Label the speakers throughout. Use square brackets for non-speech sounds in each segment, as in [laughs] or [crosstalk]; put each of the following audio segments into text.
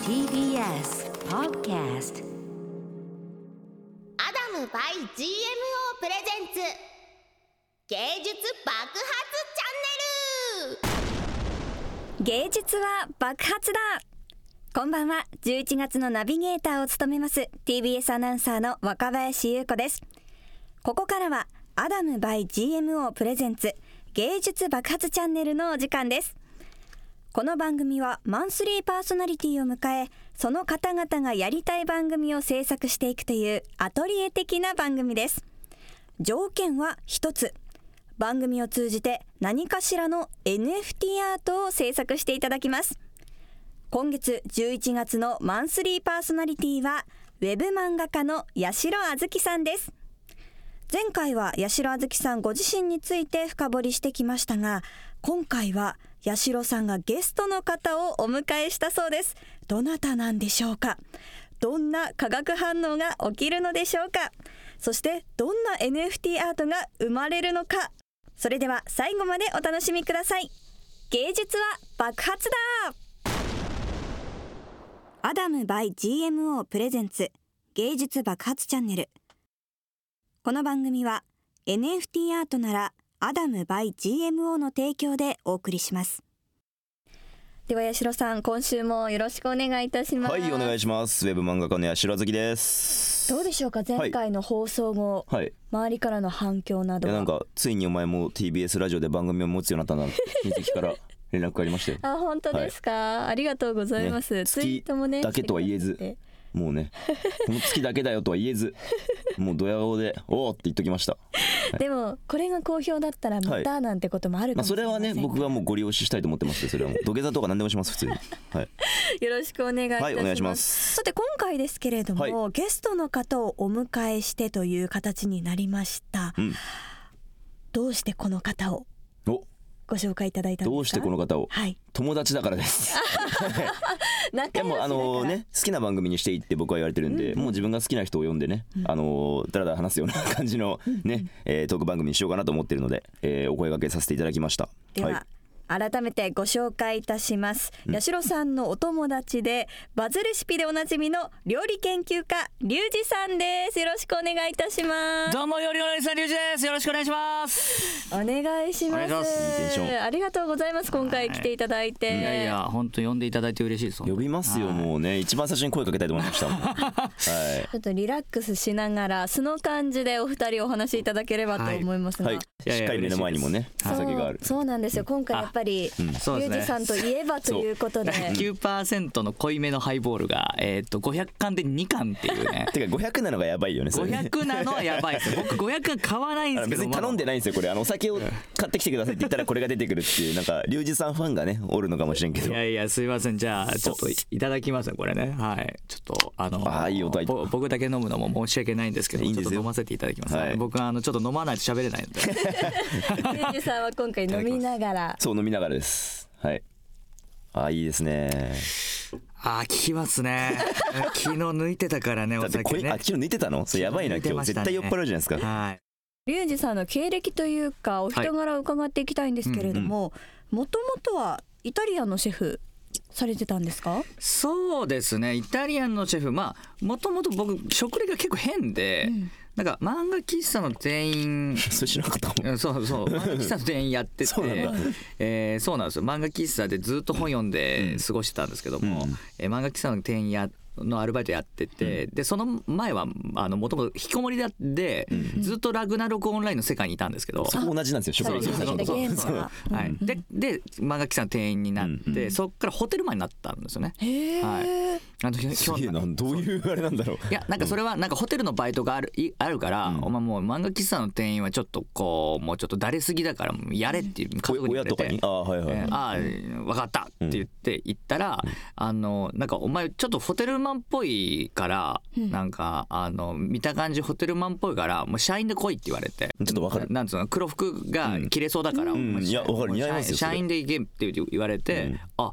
Speaker 1: TBS Podcast
Speaker 2: アダム by GMO プレゼンツ芸術爆発チャンネル
Speaker 3: 芸術は爆発だこんばんは11月のナビゲーターを務めます TBS アナウンサーの若林優子ですここからはアダム by GMO プレゼンツ芸術爆発チャンネルのお時間ですこの番組はマンスリーパーソナリティを迎えその方々がやりたい番組を制作していくというアトリエ的な番組です条件は一つ番組を通じて何かしらの NFT アートを制作していただきます今月11月のマンスリーパーソナリティはウェブ漫画家の八代あずきさんです前回は八代あずきさんご自身について深掘りしてきましたが今回は八代さんがゲストの方をお迎えしたそうですどなたなんでしょうかどんな化学反応が起きるのでしょうかそしてどんな NFT アートが生まれるのかそれでは最後までお楽しみください芸術は爆発だアダム by GMO プレゼンツ芸術爆発チャンネルこの番組は NFT アートならアダム by GMO の提供でお送りしますでは八代さん今週もよろしくお願いいたします
Speaker 4: はいお願いしますウェブ漫画家の八代月です
Speaker 3: どうでしょうか前回の放送後、
Speaker 4: はい
Speaker 3: 周りからの反響ないど
Speaker 4: や
Speaker 3: は
Speaker 4: なんかついにお前も TBS ラジオで番組を持つようになったんだ水木から連絡がありましたよ
Speaker 3: [laughs] あ本当ですか、ありがとうございます、
Speaker 4: ね
Speaker 3: ツイートもね
Speaker 4: 月だけとは言え
Speaker 3: し
Speaker 4: ず
Speaker 3: てくださって
Speaker 4: もうねこの月だけだよとは言えずもうドヤ顔でおおって言っときました
Speaker 3: でもこれが好評だったらまたなんてこともあるか
Speaker 4: ま
Speaker 3: も
Speaker 4: あ
Speaker 3: し
Speaker 4: そ
Speaker 3: れ
Speaker 4: れ
Speaker 3: ま
Speaker 4: は
Speaker 3: せ
Speaker 4: ね
Speaker 3: ん、
Speaker 4: 僕はもうご利用ししたいと思ってますよそれはもう土下座とか何でもします
Speaker 3: [laughs]
Speaker 4: 普通にはい
Speaker 3: よろしくお願いいたします,、
Speaker 4: はいお願いします
Speaker 3: さて今回ですけれども、
Speaker 4: はい
Speaker 3: ゲストの方をお迎えしてという形になりました、
Speaker 4: うん
Speaker 3: どうしてこの方を
Speaker 4: お
Speaker 3: ご紹介いただいたんですか
Speaker 4: どうしてこの方を
Speaker 3: はい
Speaker 4: 友達だからですい
Speaker 3: 仲良しだ
Speaker 4: やも
Speaker 3: か
Speaker 4: う
Speaker 3: ら
Speaker 4: あのね好きな番組にしていいって僕は言われてるんで、もう自分が好きな人を呼んでね、あのーだらだら話すような感じのね、えートーク番組にしようかなと思ってるので、えーお声掛けさせていただきました
Speaker 3: では、改めてご紹介いたします、八代さんのお友達でバズレシピでおなじみの料理研究家リュウジさんですよろしくお願いいたします
Speaker 5: [laughs] どうもよりおりさんりゅうじです。よろしくお願いします。
Speaker 3: お願いしま
Speaker 5: お願いします
Speaker 4: いいテン
Speaker 3: す
Speaker 4: ション
Speaker 3: ありがとうございます今回来ていただいて、
Speaker 5: いやいや本当呼んでいただいて嬉しいです。
Speaker 4: 呼びますよもうね一番最初に声かけたいと思いましたもんはい
Speaker 3: ちょっとリラックスしながら素の感じでお二人お話しいただければと思いますが、
Speaker 4: はい
Speaker 5: いやい
Speaker 4: し
Speaker 5: や
Speaker 4: っかり目の前にもね
Speaker 3: そ
Speaker 4: お酒があ
Speaker 3: う
Speaker 4: る。
Speaker 3: そうなんですよ今回やっぱりリ
Speaker 5: そう
Speaker 3: ュウ
Speaker 5: ですね
Speaker 3: ジさんといえばということで
Speaker 5: 9%の濃いめのハイボールがえっと500缶で2缶っていうね
Speaker 4: [laughs] てか500なのがやばいよねそれね
Speaker 5: 500なのはやばい
Speaker 4: [laughs]
Speaker 5: ですよ。僕500は買わないん
Speaker 4: あの
Speaker 5: ですけど。
Speaker 4: 別に頼んでないんですよこれあのお酒を買ってきてくださいって言ったらこれが出てくるっていうなんか龍二さんファンがねおるのかもしれんけ
Speaker 5: い
Speaker 4: ど
Speaker 5: やいやすいませんじゃあち
Speaker 4: そ
Speaker 5: ょ
Speaker 4: う
Speaker 5: っといただきますねこれねはいちょっとあの
Speaker 4: あーいい音入った
Speaker 5: ぼ僕だけ飲むのも申し訳ないんですけど
Speaker 4: いいんです
Speaker 5: ちょ
Speaker 4: よ
Speaker 5: っと飲ませていただきます、
Speaker 4: はい
Speaker 5: はい僕はあのちょっと飲まないと喋れないの
Speaker 4: [laughs]
Speaker 5: で
Speaker 3: リュウジさんは今回飲みながら
Speaker 4: そう飲みながらですはいあーいいですね
Speaker 5: あー聞きますね昨日抜いてたからね
Speaker 4: だ
Speaker 5: お
Speaker 4: って
Speaker 5: 酒
Speaker 4: これあ
Speaker 5: ね
Speaker 4: 昨日抜いてたのそれやばいな
Speaker 5: 昨日抜いて
Speaker 4: 今
Speaker 5: ま
Speaker 4: 日
Speaker 5: した
Speaker 4: 絶
Speaker 5: ね
Speaker 4: 対酔っ払うじゃないですか
Speaker 5: はい
Speaker 3: リュウジさんの経歴というかお人柄を伺っていきたいんですけれどももともとはイタリアンのシェフされてたんですか
Speaker 5: そうですねイタリアンのシェフまあもともと僕食歴が結構変で、なんか漫画喫茶の店員
Speaker 4: それ知らなかったか
Speaker 5: うんそ
Speaker 4: [laughs]
Speaker 5: うそう漫画喫茶の店員やってて
Speaker 4: そうなんだ
Speaker 5: えーそうなんですよ漫画喫茶でずっと本読んで過ごしてたんですけども、
Speaker 4: うん
Speaker 5: えー漫画喫茶の店員やのアルバイトやってて、でその前はあのもともと引きこもりだって、ずっとラグナロクオンラインの世界にいたんですけど、
Speaker 4: もそこ同じなんですよ
Speaker 3: そ
Speaker 4: 食
Speaker 3: う
Speaker 4: 歴
Speaker 3: そ
Speaker 4: が
Speaker 3: うそう
Speaker 4: そう
Speaker 3: ゲームは
Speaker 5: はい、でで漫画喫茶の店員になって、
Speaker 4: うんう
Speaker 5: そこからホテルマンになったんですよね。
Speaker 3: へえ、
Speaker 5: はいあのひょひ
Speaker 4: す
Speaker 5: ょん
Speaker 4: げえなどういうあれなんだろう
Speaker 5: いやなんかそれはなんかホテルのバイトがあるいあるから、お前もう漫画喫茶の店員はちょっとこうもうちょっとだれすぎだからもうやれっていう家
Speaker 4: お
Speaker 5: 族に言わ
Speaker 4: 親
Speaker 5: れ
Speaker 4: と
Speaker 5: て
Speaker 4: かにあーはいはい、
Speaker 5: えーああ分かったって言って行ったら、あのなんかお前ちょっとホテルマンっぽいから、なんかあの見た感じホテルマンっぽいからもう社員で来いって言われて
Speaker 4: ちょっとわかる
Speaker 5: ななんつうの黒服が着れそうだから、
Speaker 4: ん
Speaker 5: お前
Speaker 4: いやわかる似合いますよ
Speaker 5: 社
Speaker 4: それ
Speaker 5: 員で行けって言われて、あ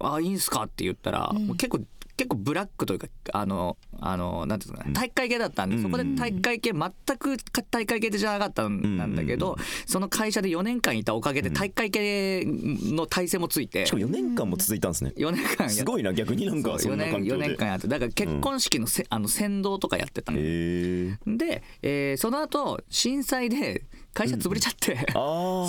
Speaker 5: あいいんすかって言ったら、もう結構結構ブラックというかあのあのなんていうんですかね体育会系だったんで、
Speaker 4: うん
Speaker 5: そこで体育会系全く体育会系じゃなかったんなんだけど、 [laughs] その会社で4年間いたおかげで体育会系の体制もついて、
Speaker 4: しかも4年間も続いたんですね
Speaker 5: 4年間やっ
Speaker 4: すごいな逆になんかそ
Speaker 5: 4
Speaker 4: んな環
Speaker 5: 年
Speaker 4: 境
Speaker 5: 4
Speaker 4: で
Speaker 5: 年間やってだから結婚式のせ、あの先導とかやってたの、
Speaker 4: へえ
Speaker 5: で、えーその後震災で会社潰れちゃって、
Speaker 4: ああ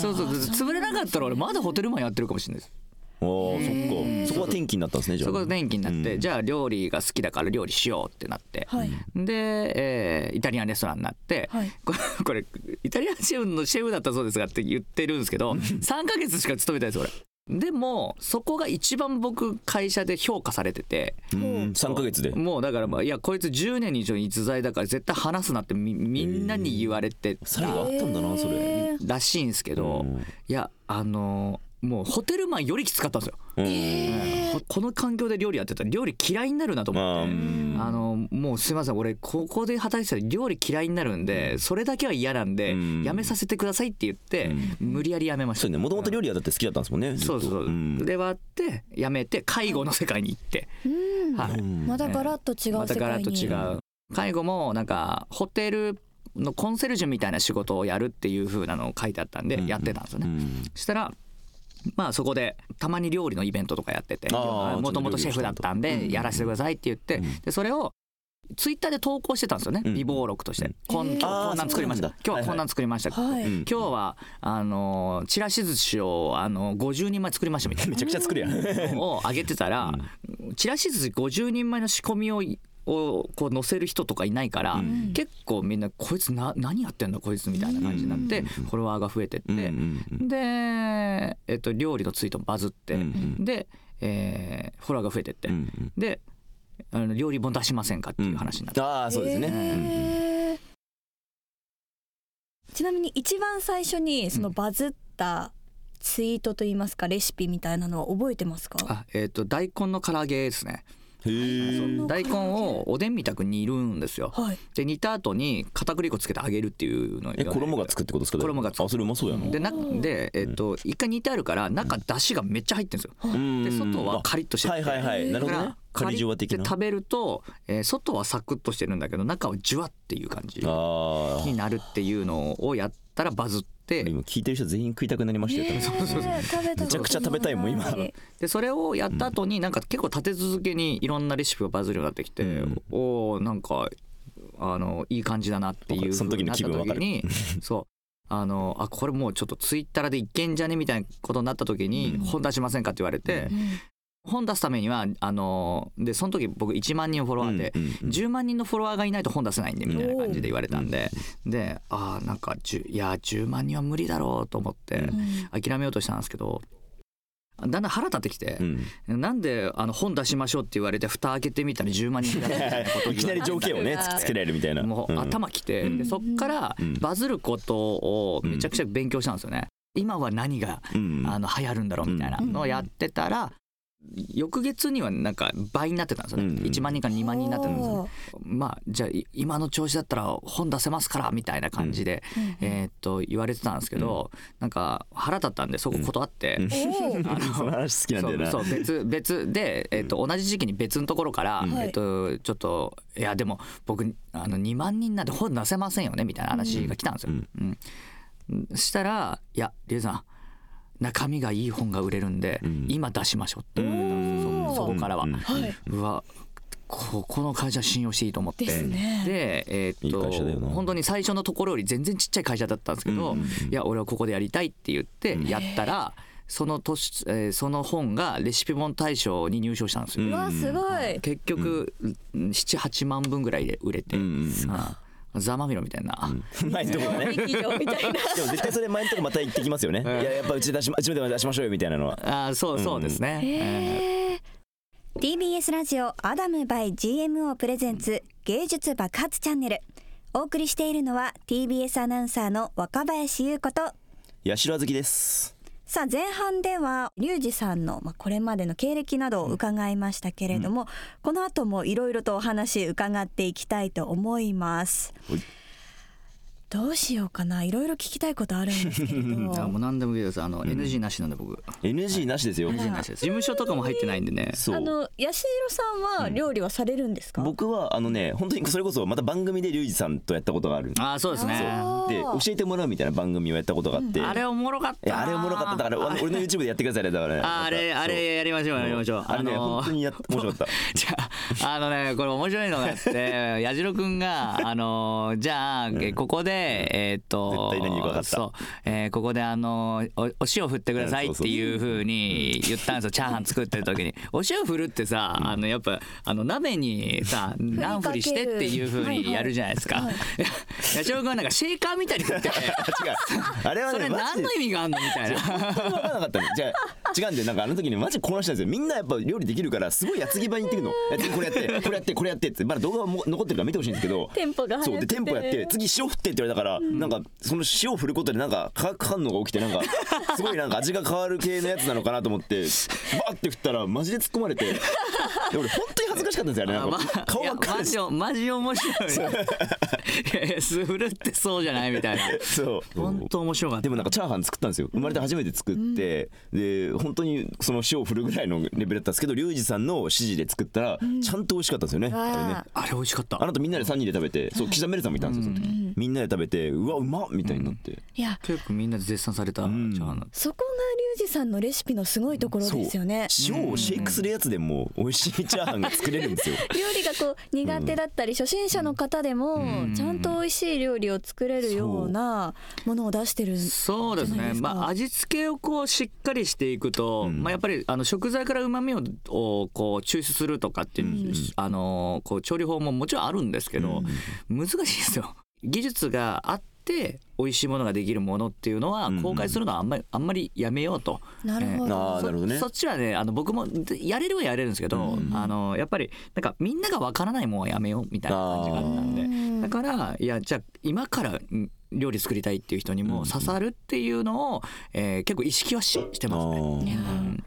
Speaker 5: [laughs] そうそうそう潰れなかったら俺まだホテルマンやってるかもしれないです
Speaker 4: おーそっかそこは転機になったんですねじゃあ
Speaker 5: そこで年金になって、
Speaker 4: うん
Speaker 5: じゃあ料理が好きだから料理しようってなって、
Speaker 1: はい
Speaker 5: で、えーイタリアンレストランになって、
Speaker 1: はい
Speaker 5: これこれイタリアンシェフのシェフだったそうですがって言ってるんですけど3ヶ月しか勤めてないです俺でもそこが一番僕会社で評価されてて
Speaker 4: うん3ヶ月で
Speaker 5: もうだから、まあ、いやこいつ10年以上逸材だから絶対話すなってみみんなに言われて
Speaker 4: さらにあったんだなそれ
Speaker 1: えー
Speaker 5: らしいんですけど、
Speaker 4: うん
Speaker 5: いやあのもうホテルマンよりきつかったんですよ。
Speaker 4: うん
Speaker 5: ここの環境で料理やってたら料理嫌いになるなと思
Speaker 4: まあ
Speaker 5: っ
Speaker 4: う
Speaker 5: て。
Speaker 4: ん
Speaker 5: あのもうすいません俺ここで働いてたら料理嫌いになるんでそれだけは嫌なんで
Speaker 4: うん
Speaker 5: やめさせてくださいって言って無理やりやめまし
Speaker 4: そ
Speaker 5: た
Speaker 4: うねもともと料理はだって好きだったんですもんねずっ
Speaker 5: そ
Speaker 4: と
Speaker 5: うそう
Speaker 4: うん
Speaker 5: で割ってやめて介護の世界に行ってはい
Speaker 4: うん
Speaker 1: またガラッと違う
Speaker 5: また
Speaker 1: 世
Speaker 5: ガラ
Speaker 1: 界
Speaker 5: ッと
Speaker 1: に、
Speaker 5: 違う介護もなんかホテルのコンセルジュみたいな仕事をやるっていう風なのを書いてあったんでやってたんですよね、
Speaker 4: うん
Speaker 5: そしたらまあそこでたまに料理のイベントとかやってて
Speaker 4: あー
Speaker 5: もともとシェフだったんでやらせてくださいって言って、でそれをツイッターで投稿してたんですよね、
Speaker 4: うん
Speaker 5: 備忘録として、こん今日
Speaker 4: あー
Speaker 5: こんなん作りました
Speaker 4: そうなんだ
Speaker 5: 今日
Speaker 4: はいは
Speaker 5: は
Speaker 4: い
Speaker 5: こんなん作りました、
Speaker 1: はい
Speaker 4: うん
Speaker 5: 今日はあのーちらし寿司をあのー50人前作りましたみたい
Speaker 4: めちゃくちゃ作るやん
Speaker 5: なのを上げてたら、ちらし寿司50人前の仕込みををこう載せる人とかいないから、結構みんなこいつな何やってんだこいつみたいな感じになって、フォロワーが増えてって、
Speaker 4: うんうんうん
Speaker 5: で、えっと、料理のツイートもバズって、
Speaker 4: うんうん
Speaker 5: で、えーフォロワーが増えてって、
Speaker 4: うんうん
Speaker 5: であの料理本出しませんかっていう話になって、
Speaker 4: ああそうですねうん
Speaker 1: えーちなみに一番最初にそのバズったツイートといいますかレシピみたいなのは覚えてますか
Speaker 5: あえっと大根の唐揚げですね
Speaker 4: へえ
Speaker 1: の唐揚
Speaker 5: 大
Speaker 1: げ
Speaker 5: 根をおでんみたく煮るんですよ
Speaker 1: はい
Speaker 5: で煮た後に片栗粉つけて揚げるっていうのを
Speaker 4: え衣がつくってことですか
Speaker 5: 衣がつく
Speaker 4: あそれうまそうやな
Speaker 5: でなで、えっと一回煮てあるから中出汁がめっちゃ入ってるんですよ
Speaker 4: うん
Speaker 5: で外はカリッとして
Speaker 4: はいはいはいなるほ
Speaker 5: だか
Speaker 4: ど
Speaker 5: ら
Speaker 4: ねカリジュワ的
Speaker 5: カ
Speaker 4: な
Speaker 5: リッて食べると、えー外はサクッとしてるんだけど中はジュワっていう感じ
Speaker 4: ああ
Speaker 5: になるっていうのをやったらバズって
Speaker 4: 今聞いてる人全員食いたくなりましたよ多分
Speaker 1: えー食べたこと
Speaker 4: めちゃくちゃ食べたいもん今
Speaker 1: ない
Speaker 5: でそれをやった後になんか結構立て続けにいろんなレシピがバズるようになってきて、
Speaker 4: うん
Speaker 5: おおーなんかあのいい感じだなってい
Speaker 4: わ
Speaker 5: う
Speaker 4: かるその時の気分わかる
Speaker 5: 風になった時に [laughs] そうあのあこれもうちょっとツイッターでいけんじゃねみたいなことになった時に
Speaker 4: うん
Speaker 5: 本出しませんかって言われて、本出すためにはあのでその時僕1万人フォロワーで、
Speaker 4: うんうんうん
Speaker 5: 10万人のフォロワーがいないと本出せないんでみたいな感じで言われたんで、であーなんか10いや10万人は無理だろうと思って諦めようとしたんですけどだんだん腹立ってきて
Speaker 4: う、ん
Speaker 5: なんであの本出しましょうって言われて蓋開けてみたら10万人だったみたいなこと
Speaker 4: [laughs]
Speaker 5: を
Speaker 4: いきなり条件をね突きつけられるみたいな
Speaker 5: もう
Speaker 4: うん
Speaker 5: 頭きて、
Speaker 4: うん
Speaker 5: でそっから
Speaker 4: うん
Speaker 5: バズることをめちゃくちゃ勉強したんですよね。今は何が
Speaker 4: うん
Speaker 5: あの流行るんだろうみたいなのをやってたら翌月にはなんか倍になってたんですよね、
Speaker 4: うん
Speaker 5: 1万人から2万人になってたんですよ、
Speaker 1: お
Speaker 4: [laughs]
Speaker 5: ね、まあじゃあい今の調子だったら本出せますからみたいな感じで、えーっと言われてたんですけど、なんか腹立ったんでそこ断って、
Speaker 4: うん
Speaker 1: おー
Speaker 5: あの
Speaker 4: [laughs] その話好きなんだよな
Speaker 5: そうそう別別で、えっと同じ時期に別のところから、
Speaker 1: ん
Speaker 5: えっとちょっといやでも僕あの2万人なんて本出せませんよねみたいな話が来たんですよ。
Speaker 4: うん
Speaker 5: うんしたら「いやリュウさん中身がいい本が売れるんで、
Speaker 4: ん
Speaker 5: 今出しましょう」って言われたんですよそそこからは。
Speaker 4: うん
Speaker 1: はい、
Speaker 5: うわここの会社信用していいと思って
Speaker 1: ですね
Speaker 5: でえーっと
Speaker 4: いい会社だよな
Speaker 5: 本当に最初のところより全然ちっちゃい会社だったんですけど、
Speaker 4: うんうん
Speaker 5: いや俺はここでやりたいって言ってやったら、その年、えーその本がレシピ本大賞に入賞したんですよ、
Speaker 4: うん
Speaker 1: わあすごい、
Speaker 5: 結局、78万分ぐらいで売れて、
Speaker 4: うんうん
Speaker 5: あざまみろみたいな、
Speaker 4: 前のとこね
Speaker 1: 劇場みたいな
Speaker 4: でも絶対それ前のとこまた行ってきますよねいややっぱうちで出しまうちで出しましょうよみたいなのは
Speaker 5: あーそうそうですね、えー
Speaker 3: TBS ラジオアダム by GMO プレゼンツ芸術爆発チャンネルお送りしているのは TBS アナウンサーの若林優子と
Speaker 4: 八代あずきです
Speaker 3: さあ前半ではリュウジさんのまあこれまでの経歴などを伺いましたけれども、この後もいろいろとお話伺っていきたいと思います。
Speaker 4: はい
Speaker 1: どうしようかないろいろ聞きたいことあるんです
Speaker 4: [laughs]
Speaker 1: けれど
Speaker 5: あもう何でもいいですあの NG なしなんで僕
Speaker 4: NG なしですよ
Speaker 5: NG なしです事務所とかも入ってないんでね
Speaker 4: そ
Speaker 1: あ
Speaker 4: う
Speaker 1: の八代さんは料理はされるんですか、
Speaker 4: 僕はあのね本当にそれこそまた番組でリュウジさんとやったことがあるで
Speaker 5: ああそうですね
Speaker 4: 教えてもらうみたいな番組をやったことがあって
Speaker 5: あれおもろかっ
Speaker 4: いや
Speaker 5: た
Speaker 4: あれおもろかっただからあの俺の YouTube でやってくださいねだからね
Speaker 5: あれあれやりましょうやりましょう
Speaker 4: あれね
Speaker 5: のー
Speaker 4: 本当にやっ面白
Speaker 5: [laughs]
Speaker 4: かった
Speaker 5: じゃああのねこれ面白いのがあって矢代くんがあのーじゃあ、えここでえーっと
Speaker 4: 絶対何か分かった
Speaker 5: そう、えーここであのーおお塩振ってくださいっていうふうに言ったんですよチャーハン作って
Speaker 4: [laughs]
Speaker 5: る時にお塩振るってさあのやっぱあの鍋にさ何振りしてっていうふうにやるじゃないですか [laughs] 矢代くんはなんかシェイカーみたいに振
Speaker 4: [laughs]
Speaker 5: ってて
Speaker 4: 違うあれは
Speaker 5: そ
Speaker 4: ね
Speaker 5: れ
Speaker 4: マジ
Speaker 5: 何
Speaker 4: で
Speaker 5: の意味があんのみ
Speaker 4: [laughs]
Speaker 5: たいな
Speaker 4: 分からなかったのじゃあ違うんでなんかあの時にマジで混乱したんですよみんなやっぱ料理できるからすごいやつぎ場に行ってくのやってこれやってこれやってこれやってってまだ動画はもう残ってるから見てほしいんですけど
Speaker 1: テンポが
Speaker 4: そう
Speaker 1: 早
Speaker 4: で
Speaker 1: くて
Speaker 4: テンポやって次塩振ってって言われたから、なんかその塩を振ることでなんか化学反応が起きてなんかすごいなんか味が変わる系のやつなのかなと思ってバーって振ったらマジで突っ込まれてで俺本当に恥ずかしかったんですよねなん
Speaker 5: ま
Speaker 4: か
Speaker 5: あ
Speaker 4: 顔真
Speaker 5: いや
Speaker 4: っ赤
Speaker 5: マ
Speaker 4: でし
Speaker 5: ジマジ面白 [laughs] いねいやいやスフルってそうじゃないみたいな
Speaker 4: そう
Speaker 5: 本当面白かった
Speaker 4: でもなんかチャーハン作ったんですよ生まれて初めて作って、で本当にその塩を振るぐらいのレベルだったんですけどリュウジさんの指示で作ったらちゃんと美味しかったんですよね,、あれね
Speaker 5: あれ美味しかった
Speaker 4: あなたみんなで3人で食べてそう刻めるさんもいたんですよその時、みんなで食べてうわうまっみたいになって、
Speaker 1: いや
Speaker 5: 結構みんなで絶賛されたチャーハンだった
Speaker 1: そこがリュウジさんのレシピのすごいところ
Speaker 4: そう
Speaker 1: ですよね
Speaker 4: 塩をシェイクするやつでも美味しいチャーハンが作れるんですよ
Speaker 1: 料理がこう苦手だったり初心者の方でもちゃんと美味しい料理を作れるようなものを出してる
Speaker 5: そうです
Speaker 1: じゃない
Speaker 5: ね
Speaker 1: ですか
Speaker 5: まあ味付けをこうしっかりしていくと、まあやっぱりあの食材から旨味ををこう抽出するとかっていう、あのこう調理法ももちろんあるんですけど、難しいですよ技術があって美味しいものができるものっていうのは
Speaker 4: ん
Speaker 5: 公開するのはあんまりあんまりやめようと。
Speaker 1: なるほど、
Speaker 4: [laughs] あーなるほどね
Speaker 5: そっちはねあの僕もでやれるはやれるんですけど、あのやっぱりなんかみんながわからないもんはやめようみたいな感じがあったんでだからいやじゃあ今からん料理作りたいっていう人にも刺さるっていうのを、えー結構意識はししてますね。
Speaker 4: あー
Speaker 1: いやー
Speaker 5: うん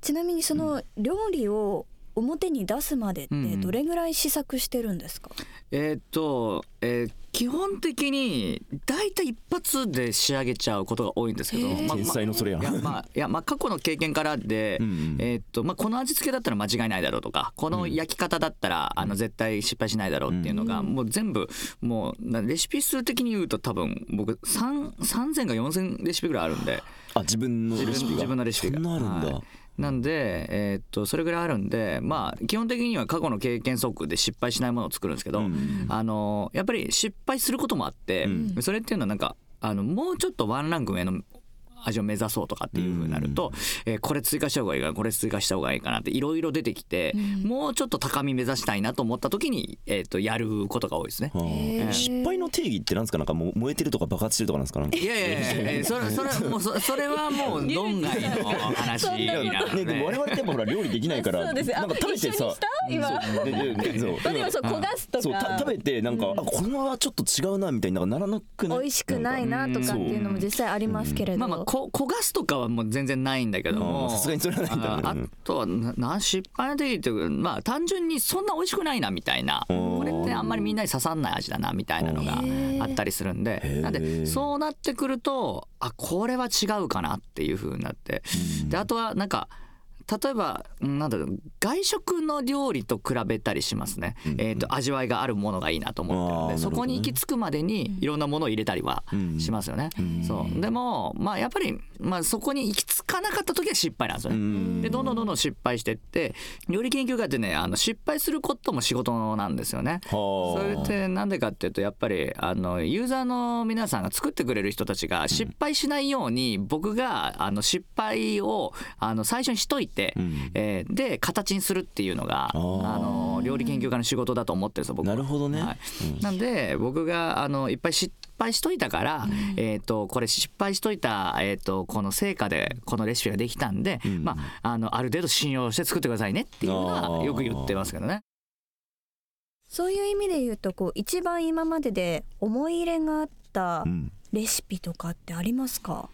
Speaker 1: ちなみにその料理を表に出すまでっ
Speaker 5: うんう
Speaker 1: て
Speaker 5: ん
Speaker 1: どれぐらい試作してるんですか、
Speaker 5: えーっと、えー基本的に大体一発で仕上げちゃうことが多いんですけど、まあ
Speaker 4: 天才のそれやん
Speaker 5: いやまあいやまあ過去の経験からで、
Speaker 4: うんうん
Speaker 5: えーっとまあこの味付けだったら間違いないだろうとかこの焼き方だったら、あの絶対失敗しないだろうっていうのが、もう全部もうなレシピ数的に言うと多分僕三三千か四千レシピぐらいあるんで
Speaker 4: あ自分のレシピが
Speaker 5: 自分のレシピが
Speaker 4: そんなあるんだ、
Speaker 5: はいなんで、えーっとそれぐらいあるんでまあ基本的には過去の経験則で失敗しないものを作るんですけど、あのやっぱり失敗することもあって、それっていうのはなんかあのもうちょっとワンランク上の味を目指そうとかっていう風になると、えーこれ追加した方がいいかなこれ追加した方がいいかなっていろいろ出てきて、もうちょっと高み目指したいなと思った時に、えーっとやることが多いですね。
Speaker 4: あー失敗の定義ってなんですかなんかもう燃えてるとか爆発してるとかなんですかなんか
Speaker 5: いやいやいやいや、それ、それ、もう、そそれはもう、どんがいの話になる
Speaker 4: いやね、でも我々ってやっぱほら料理できないから、
Speaker 1: そうです
Speaker 4: なんか食べてさ、
Speaker 1: 今
Speaker 4: そうででそう
Speaker 1: まあでもそう焦がすと
Speaker 4: そうた
Speaker 1: か
Speaker 4: 食べてなんか、あこれはちょっと違うなみたいになんかならなくない
Speaker 1: 美味しくないなとかっていうのも実際ありますけれど、
Speaker 5: まあまあこ焦がすとかはもう全然ないんだけど
Speaker 4: あ
Speaker 5: も
Speaker 4: ーさすがにそれはないんだ
Speaker 5: あーあとはなな失敗の時っていうかまあ単純にそんな美味しくないなみたいなこれってあんまりみんなに刺さんない味だなみたいなのがあったりするんでなんでそうなってくるとあこれは違うかなっていう風になってであとはなんか例えばうんなんだろう外食の料理と比べたりしますね、えー、と味わいがあるものがいいなと思ってるんで、
Speaker 4: あー
Speaker 5: そこに行き着くまでにいろんなものを入れたりはしますよね。そうでも、まあ、やっぱり、まあ、そこに行き着かなかった時は失敗なんですよね。でどんどんどんどん失敗してって料理研究家ってねあの失敗することも仕事なんですよね。それってなんでかっていうとやっぱりあのユーザーの皆さんが作ってくれる人たちが失敗しないように僕があの失敗をあの最初にしといて、えーで形にするっていうのがあ
Speaker 4: ー
Speaker 5: の料理研究家の仕事だと思ってるんですよ僕は
Speaker 4: なるほどね
Speaker 5: はいなんで僕があのいっぱい失敗しといたから、えっ、とこれ失敗しといたえっ、とこの成果でこのレシピができたんで、まああのある程度信用して作ってくださいねっていうのはよく言ってますけどね。
Speaker 1: そういう意味で言うとこう一番今までで思い入れがあった
Speaker 4: うん
Speaker 1: レシピとかってありますか、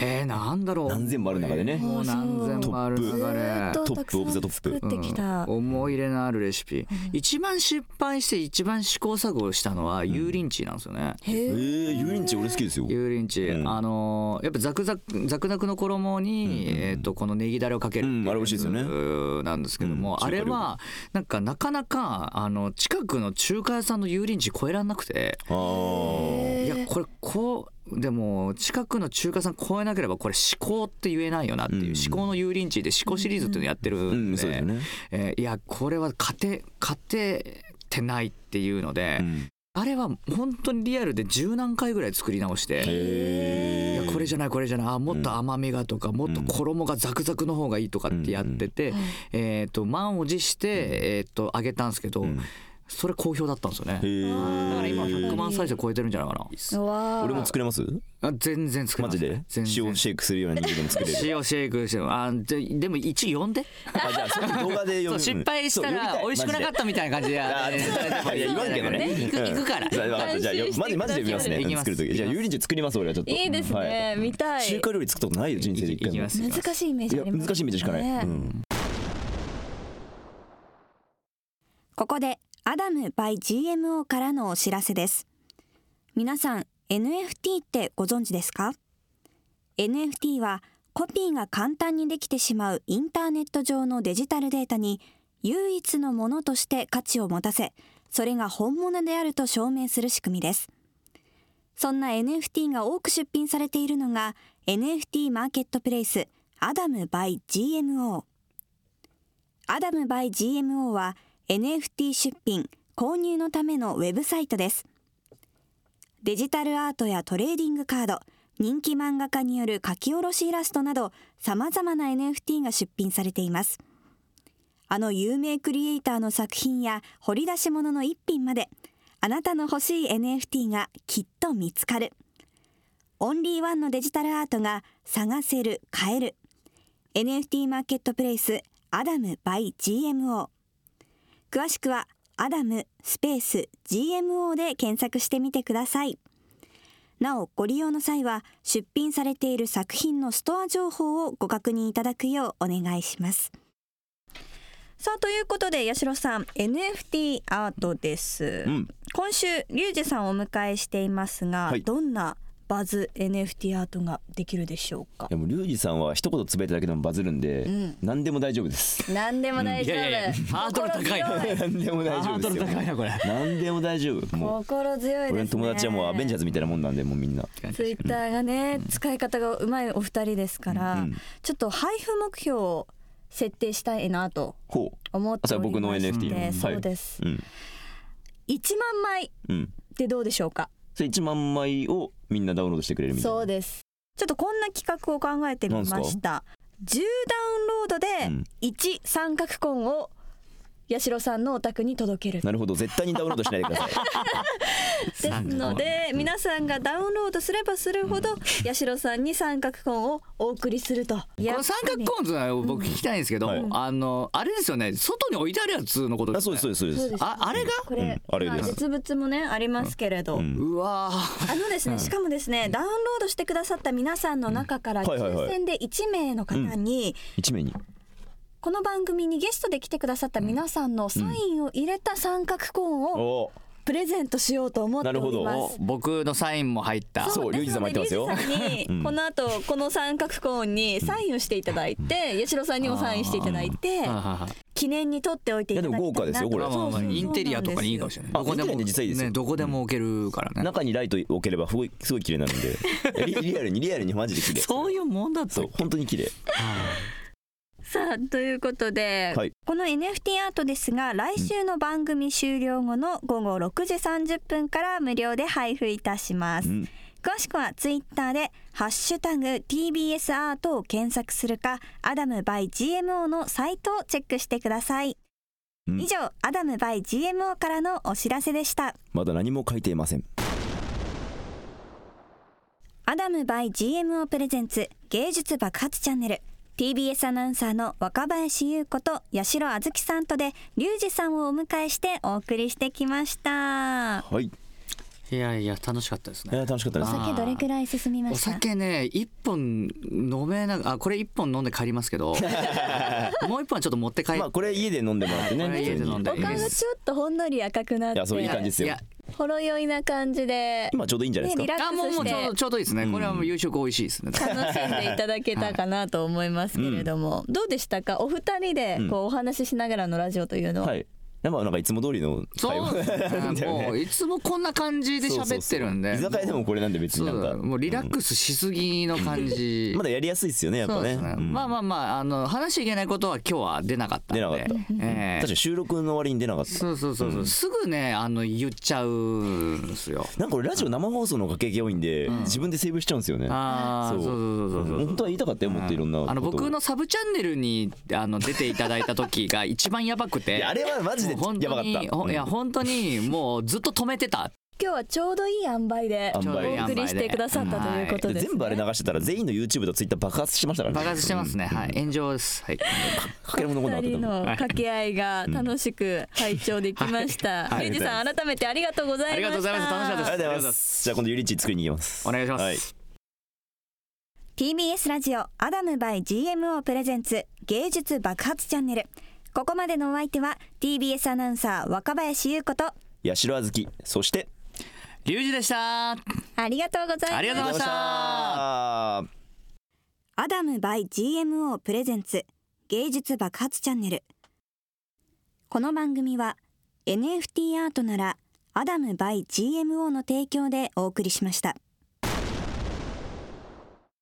Speaker 5: えー、なんだろう
Speaker 4: 何千もある中でね
Speaker 5: もう何千もある
Speaker 1: ず
Speaker 5: 中
Speaker 1: ーっ
Speaker 5: で
Speaker 1: と
Speaker 4: ト
Speaker 1: た
Speaker 4: ッ
Speaker 1: く
Speaker 4: プオブ
Speaker 1: さ
Speaker 4: ザト
Speaker 1: ん
Speaker 4: ップ
Speaker 1: 作ってきた
Speaker 5: うん、思い入れのあるレシピ、一番失敗して一番試行錯誤したのは油淋鶏なんですよね、
Speaker 4: えー、油淋鶏俺好きですよ
Speaker 5: 油淋鶏、
Speaker 4: うん
Speaker 5: あのーやっぱザクザクザクザクの衣に、えー、とこのネギだれをかける
Speaker 4: うんあれ美味しいですよね
Speaker 5: うーなんですけども、
Speaker 4: うん
Speaker 5: あれ
Speaker 4: 中華料
Speaker 5: はなんかなかなかあの近くの中華屋さんの油淋鶏超えらんなくて、
Speaker 4: あー
Speaker 5: いやこれこうでも近くの中華屋さん超えなければこれ至高って言えないよなっていう、
Speaker 4: うん
Speaker 5: 至高の油淋鶏で至高シリーズっていうのやってるんで、
Speaker 4: うんそうですよね
Speaker 5: えーいやこれは勝て勝ててないっていうので、
Speaker 4: うん
Speaker 5: あれは本当にリアルで十何回ぐらい作り直して。い
Speaker 4: え
Speaker 5: やこれじゃないこれじゃないあもっと甘みがとか、もっと衣がザクザクの方がいいとかってやってて、えー、と満を持して、えー、と揚げたんですけど、それ好評だったんですよね。だから今100万再生超えてるんじゃないか
Speaker 1: うわー
Speaker 4: 俺も作れます
Speaker 5: な。あ全然作れ
Speaker 4: マ
Speaker 5: ます
Speaker 4: ジで
Speaker 5: 全
Speaker 4: 塩シェ
Speaker 5: 然
Speaker 4: イクするような人間も作れ
Speaker 5: [laughs]
Speaker 4: る
Speaker 5: 塩シェイクしてもあででも一応呼んで
Speaker 4: あじゃあそれ動画で読
Speaker 5: そう
Speaker 4: む
Speaker 5: 失敗したら美味しくなかったみたいな感じで
Speaker 4: あー
Speaker 5: あ
Speaker 4: いや言わんけどね
Speaker 5: 行く行く
Speaker 4: [laughs]
Speaker 5: から
Speaker 4: じゃあ分かったじゃあよマジマジで見ますね
Speaker 5: 行きます
Speaker 4: 作る時じゃあ
Speaker 5: 行
Speaker 4: 油
Speaker 5: きます
Speaker 4: 淋鶏作ります俺はちょっと
Speaker 1: いいですね、
Speaker 4: は
Speaker 1: 見たい
Speaker 4: 中華料理作ったことないよ人生で一回も
Speaker 5: いきますよ
Speaker 1: 難しいイメー
Speaker 4: い
Speaker 1: ジあ
Speaker 4: や
Speaker 1: ります
Speaker 4: 難しい道しかない、
Speaker 1: ね
Speaker 4: うん、
Speaker 3: ここでアダム by GMO からのお知らせです。皆さん NFT ってご存知ですか ?NFT はコピーが簡単にできてしまうインターネット上のデジタルデータに唯一のものとして価値を持たせ、それが本物であると証明する仕組みです。そんな NFT が多く出品されているのが NFT マーケットプレイスアダム by GMO。アダム by GMO は NFT 出品購入のためのウェブサイトですデジタルアートやトレーディングカード人気漫画家による書き下ろしイラストなど様々な NFT が出品されていますあの有名クリエイターの作品や掘り出し物の一品まであなたの欲しい NFT がきっと見つかるオンリーワンのデジタルアートが探せる買える NFT マーケットプレイスアダム by GMO 詳しくはアダムスペース GMO で検索してみてくださいなおご利用の際は出品されている作品のストア情報をご確認いただくようお願いします
Speaker 1: さあということで八代さん NFT アートです、
Speaker 4: うん
Speaker 1: 今週リュウジさんをお迎えしていますが、
Speaker 4: はい
Speaker 1: どんなバズ NFT アートができるでしょうか
Speaker 4: でもリュウジさんは一言つぶやいただけでもバズるんで、
Speaker 1: ん
Speaker 4: 何でも大丈夫です
Speaker 3: [laughs]
Speaker 1: 何でも大
Speaker 5: い
Speaker 1: 丈夫、
Speaker 5: やいやいやハードル高いな
Speaker 1: 心強
Speaker 4: 何でも大丈
Speaker 5: ハー
Speaker 4: 夫
Speaker 5: ド
Speaker 4: です
Speaker 5: ル
Speaker 4: よ
Speaker 5: 高いなこれ。
Speaker 4: 何でも大丈夫もう
Speaker 1: 心強いですね
Speaker 4: 俺の友達はもうアベンジャーズみたいなもんなんでもうみんな
Speaker 1: ツイッターがね、使い方がうまいお二人ですから、
Speaker 4: うん
Speaker 1: ちょっと配布目標を設定したいなと
Speaker 4: ほう
Speaker 1: 思っておりまして
Speaker 4: あそれ僕の NFT
Speaker 1: そうです、
Speaker 4: うん
Speaker 1: 1万枚
Speaker 4: うん
Speaker 1: ってどうでしょうか
Speaker 4: それ1万枚をみんなダウンロードしてくれるみたいな
Speaker 1: そうですちょっとこんな企画を考えてみま
Speaker 4: なんす
Speaker 1: した10ダウンロード
Speaker 4: うん
Speaker 1: で1三角コンを八代さんのお宅に届ける
Speaker 4: なるほど絶対にダウンロードしないでください
Speaker 1: ですので皆さんがダウンロードすればするほど八代さんに三角コンをお送りするとい
Speaker 5: こ
Speaker 1: や
Speaker 5: の三角コーンズは僕聞きたいんですけど、
Speaker 4: はい
Speaker 5: あのあれですよね外に置いてあるやつのことで
Speaker 4: あ
Speaker 5: す
Speaker 4: そう
Speaker 5: よ
Speaker 4: で
Speaker 5: ね
Speaker 4: すそうですそう
Speaker 1: そ
Speaker 4: です
Speaker 1: うです
Speaker 5: ああれが
Speaker 1: これ、
Speaker 4: うんあれです
Speaker 1: ま実物もねありますけれど、
Speaker 4: うん
Speaker 5: うわー
Speaker 1: あのですね、しかもですね、ダウンロードしてくださった皆さんの中から
Speaker 4: うんはいはいはい
Speaker 1: 抽選で1名の方に、
Speaker 4: 1名に
Speaker 1: この番組にゲストで来てくださった皆さんのサインを入れた三角コーンを
Speaker 4: お
Speaker 1: プレゼントしようと思っており
Speaker 4: なる
Speaker 1: ま
Speaker 4: ほ
Speaker 1: す。
Speaker 5: 僕のサインも入った
Speaker 4: そうリュウジさんも入ってますよ
Speaker 1: リュウジさんにこの後この三角コーンにサインをしていただいて、八代さんにもサインしていただいて、
Speaker 5: はいはいはい
Speaker 1: 記念に取っておいていただきたいなと。
Speaker 4: いやでも豪華ですよこれ
Speaker 5: まあまあまあインテリアとかにいいかもしれない
Speaker 4: あインテリアに実際いいですよ
Speaker 5: ねどこでも置けるからね
Speaker 4: 中にライト置ければすごいすごい綺麗になる
Speaker 5: [laughs]
Speaker 4: んでリリアルにリアルにマジで綺麗
Speaker 5: そういうもんだ
Speaker 4: そう
Speaker 5: と
Speaker 4: 本当に綺麗
Speaker 1: さあということで、
Speaker 4: はい
Speaker 3: この NFT アートですが来週の番組終了後の午後6時30分から無料で配布いたします
Speaker 4: うん
Speaker 3: 詳しくはツイッターで「ハッシュタグ #TBS アート」を検索するかアダム by GMO のサイトをチェックしてください、
Speaker 4: うん
Speaker 3: 以上アダム by GMO からのお知らせでした
Speaker 4: まだ何も書いていません
Speaker 3: アダム by GMO プレゼンツ芸術爆発チャンネル TBS アナウンサーの若林優子と八代あずきさんとでリュウジさんをお迎えしてお送りしてきました
Speaker 4: はい
Speaker 5: いやいや楽しかったです
Speaker 4: いや
Speaker 5: ね。
Speaker 4: 楽しかった
Speaker 3: お
Speaker 4: です
Speaker 5: あ
Speaker 3: 酒どれくらい進みま
Speaker 5: お
Speaker 3: した
Speaker 5: 酒ね一本飲めなあこれ一本飲んで帰りま
Speaker 4: [laughs]
Speaker 5: すけどもう一本はちょっと持って帰って、
Speaker 4: まあこれ家で飲んでもらってね
Speaker 5: これ家で飲んで
Speaker 3: お顔がちょっとほんのり赤くなっ
Speaker 4: いやそういい感じ
Speaker 3: て
Speaker 4: ですよ
Speaker 5: いや
Speaker 3: ほろ酔いな感じで
Speaker 4: 今ちょうどいいんじゃないです
Speaker 3: ね
Speaker 4: か
Speaker 3: リラッ
Speaker 5: あも
Speaker 3: ク
Speaker 5: う
Speaker 3: ス
Speaker 5: も
Speaker 3: し
Speaker 5: うちょうど
Speaker 3: て
Speaker 5: ちょうどいいですね、これはもう夕食美味しいですね
Speaker 3: 楽しんでいただけたかなと思いますけれども、どうでしたかお二人でこうお話ししながらのラジオというのは、
Speaker 4: はいやっぱなんかいつも通りの
Speaker 5: そ
Speaker 4: [laughs]
Speaker 5: う
Speaker 4: 話
Speaker 5: です
Speaker 4: だ
Speaker 5: ね
Speaker 4: よ
Speaker 5: もういつもこんな感じで喋ってるんで
Speaker 4: そうそうそう居酒屋でもこれなんで別にな
Speaker 5: そ
Speaker 4: ん
Speaker 5: う
Speaker 4: か
Speaker 5: だもうリラックスしすぎの感じ
Speaker 4: まだやりやすいですよねやっぱね
Speaker 5: そうです
Speaker 4: うん
Speaker 5: まあまあまああの話しちゃいけないことは今日は出なかったんで
Speaker 4: 出なかった
Speaker 5: ええ
Speaker 4: 確かに収録の終わりに出なかった
Speaker 5: そうそうそうそう、すぐねあの言っちゃうんですよ
Speaker 4: なんか俺ラジオ生放送の掛けが多いんで、自分でセーブしちゃうんですよね。
Speaker 5: ああそうそうそうそうそう
Speaker 4: 本当は言いたかったよ、もっといろんなことを。
Speaker 5: あの僕のサブチャンネルにあの出ていただいた時が一番やばく
Speaker 4: い
Speaker 5: て
Speaker 4: やあれはマジで
Speaker 5: もう本
Speaker 4: やば
Speaker 5: 当
Speaker 4: かっ
Speaker 5: に
Speaker 4: た。
Speaker 5: ほいや本当にもうずっと止めてた
Speaker 3: 今日はちょうどいい塩梅で
Speaker 4: 塩梅
Speaker 3: お送りしてくださったということ
Speaker 4: うん
Speaker 3: です、ね
Speaker 4: 全部あれ流してたら全員の YouTube と Twitter 爆発してましたからね。
Speaker 5: 爆発してますね、はい炎上ですはい
Speaker 4: かけらも残んな
Speaker 3: 二
Speaker 4: か
Speaker 3: 人
Speaker 4: ったと思う
Speaker 3: の掛け合いが楽しく拝聴できました。
Speaker 5: は
Speaker 3: レ
Speaker 5: い
Speaker 3: イジさん改めてありがとうございました。
Speaker 5: ありがとうございました楽しかったです
Speaker 4: ありがとうございます。じゃあ今度ゆりち作りに行きます。
Speaker 5: お願いします、
Speaker 4: はい。
Speaker 3: TBS ラジオアダム by GMO プレゼンツ芸術爆発チャンネルここまでのお相手は TBS アナウンサー若林優子と
Speaker 4: 八代あずき、そして。
Speaker 5: リュウジでしたあ
Speaker 3: ありがとうございます
Speaker 5: りがとうございました
Speaker 4: あー
Speaker 3: アダム by GMO プレゼンツ芸術爆発チャンネルこの番組は NFT アートならアダム by GMO の提供でお送りしました